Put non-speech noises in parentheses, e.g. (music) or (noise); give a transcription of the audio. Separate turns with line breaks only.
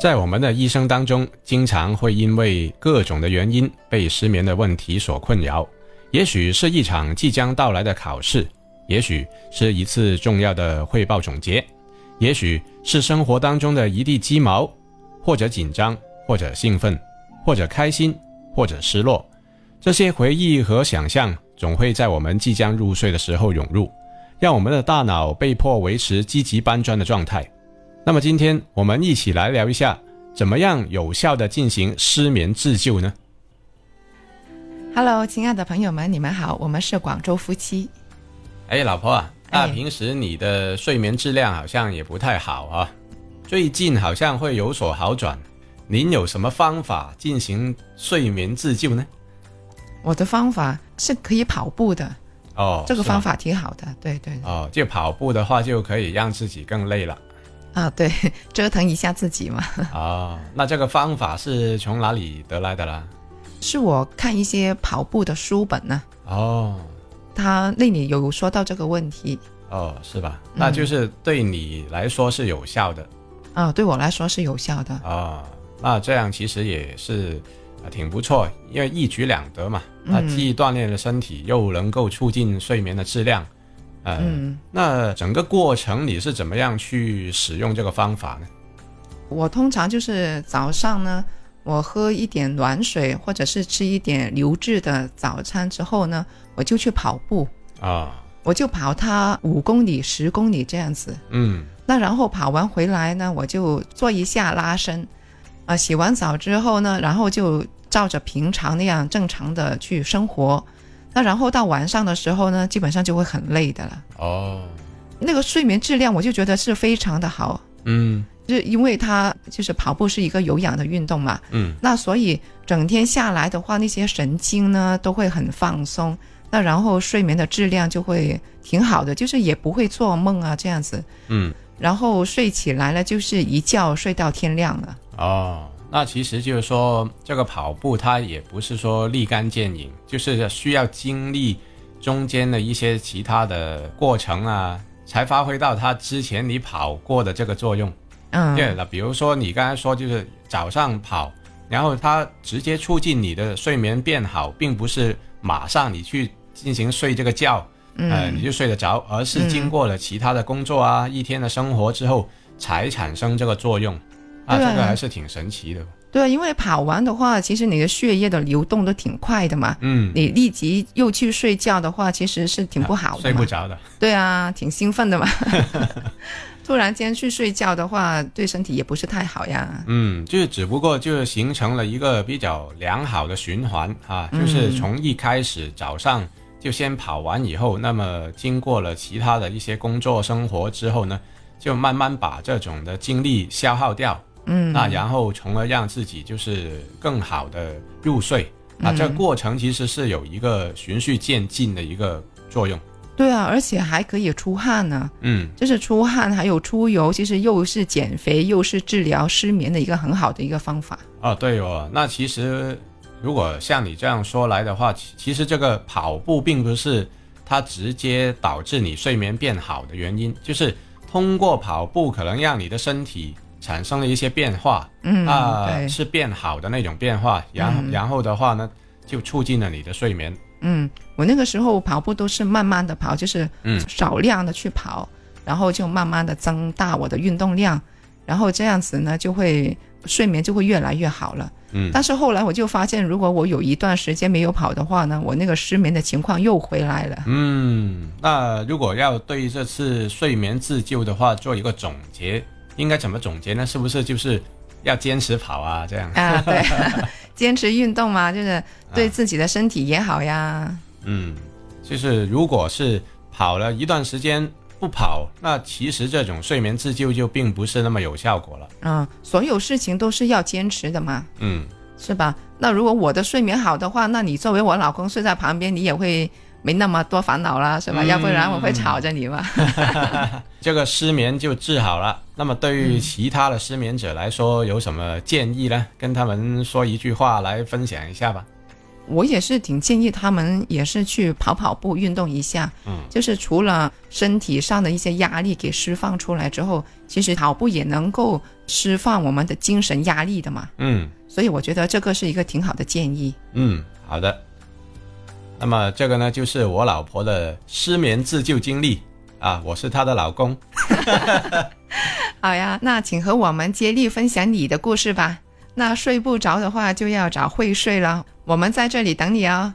在我们的一生当中，经常会因为各种的原因被失眠的问题所困扰。也许是一场即将到来的考试，也许是一次重要的汇报总结，也许是生活当中的一地鸡毛，或者紧张，或者兴奋，或者开心，或者失落。这些回忆和想象总会在我们即将入睡的时候涌入，让我们的大脑被迫维持积极搬砖的状态。那么今天我们一起来聊一下，怎么样有效的进行失眠自救呢？
Hello，亲爱的朋友们，你们好，我们是广州夫妻。
哎，老婆啊，那
哎
平时你的睡眠质量好像也不太好啊，最近好像会有所好转。您有什么方法进行睡眠自救呢？
我的方法是可以跑步的，
哦，
这个
是吗
方法挺好的。对对
哦，就跑步的话就可以让自己更 (laughs) 累了。
啊，对， (laughs) 折腾一下自己嘛。
哦，那这个方法是从哪里得来的啦？
是我看一些跑步的书本呢、
哦，
它那里有说到这个问题
哦，是吧？那就是对你来说是有效的。
啊，对我来说是有效的。
啊、那这样其实也是呃挺不错，因为一举两得嘛。那既锻炼了身体，又能够促进睡眠的质量。呃、
嗯，
那整个过程你是怎么样去使用这个方法呢？
我通常就是早上呢，我喝一点暖水，或者是吃一点流质的早餐之后呢，我就去跑步，
啊、
我就跑它五公里、十公里这样子。
嗯，
那然后跑完回来呢，我就做一下拉伸，啊，洗完澡之后呢，然后就照着平常那样正常的去生活。那然后到晚上的时候呢，基本上就会很累的了。
哦，
那个睡眠质量，我就觉得是非常的好，
嗯
就是因为它就是跑步是一个有氧的运动嘛，
嗯，
那所以整天下来的话，那些神经呢都会很放松，那然后睡眠的质量就会挺好的，就是也不会做梦啊这样子。
嗯，
然后睡起来了，就是一觉睡到天亮啊了。
哦。那其实就是说，这个跑步它也不是说立竿见影，就是需要经历中间的一些其他的过程啊，才发挥到它之前你跑过的这个作用。对
嗯，
了，比如说你刚才说就是早上跑，然后它直接促进你的睡眠变好，并不是马上你去进行睡这个觉，
嗯
呃，你就睡得着，而是经过了其他的工作啊、一天的生活之后才产生这个作用，啊，
对
这
啊
个还是挺神奇的。
对，因为跑完的话，其实你的血液的流动都挺快的嘛。
嗯，
你立即又去睡觉的话，其实是挺不好的
睡
嘛
不。着的。
对啊，挺兴奋的嘛。 (laughs) 突然间去睡觉的话，对身体也不是太好呀。
嗯，就是只不过就是形成了一个比较良好的循环啊，就是从一开始早上就先跑完以后，那么经过了其他的一些工作生活之后呢，就慢慢把这种的精力消耗掉，
嗯，
那然后从而让自己就是更好的入睡啊，这个过程其实是有一个循序渐进的一个作用。
对啊，而且还可以出汗呢、
嗯
就是出汗还有出油，其实又是减肥又是治疗失眠的一个很好的一个方法。
哦，对哦，那其实如果像你这样说来的话，其其实这个跑步并不是它直接导致你睡眠变好的原因，就是通过跑步可能让你的身体产生了一些变化，
嗯，
啊、
对，
是变好的那种变化，然后、然后的话呢，就促进了你的睡眠。
嗯，我那个时候跑步都是慢慢的跑，就是
嗯
少量的去跑，然后就慢慢的增大我的运动量，然后这样子呢就会睡眠就会越来越好了。
嗯
但是后来我就发现，如果我有一段时间没有跑的话呢，我那个失眠的情况又回来了。
嗯，那如果要对这次睡眠自救的话做一个总结，应该怎么总结呢？是不是就是要坚持跑啊？这样？
啊，对， (laughs) 坚持运动嘛，就是对自己的身体也好呀。
嗯，就是如果是跑了一段时间不跑，那其实这种睡眠自救就并不是那么有效果了。
嗯，所有事情都是要坚持的嘛，
嗯，
是吧？那如果我的睡眠好的话，那你作为我老公睡在旁边，你也会没那么多烦恼啦，是吧？要不然我会吵着你嘛。
这个失眠就治好了。那么对于其他的失眠者来说，有什么建议呢？跟他们说一句话来分享一下吧。
我也是挺建议他们也是去跑跑步，运动一下。
嗯，
就是除了身体上的一些压力给释放出来之后，其实跑步也能够释放我们的精神压力的嘛。
嗯
所以我觉得这个是一个挺好的建议。
嗯，好的。那么这个呢，就是我老婆的失眠自救经历啊，我是她的老公。
(laughs) 好呀，那请和我们接力分享你的故事吧。那睡不着的话，就要找会睡了。我们在这里等你哦。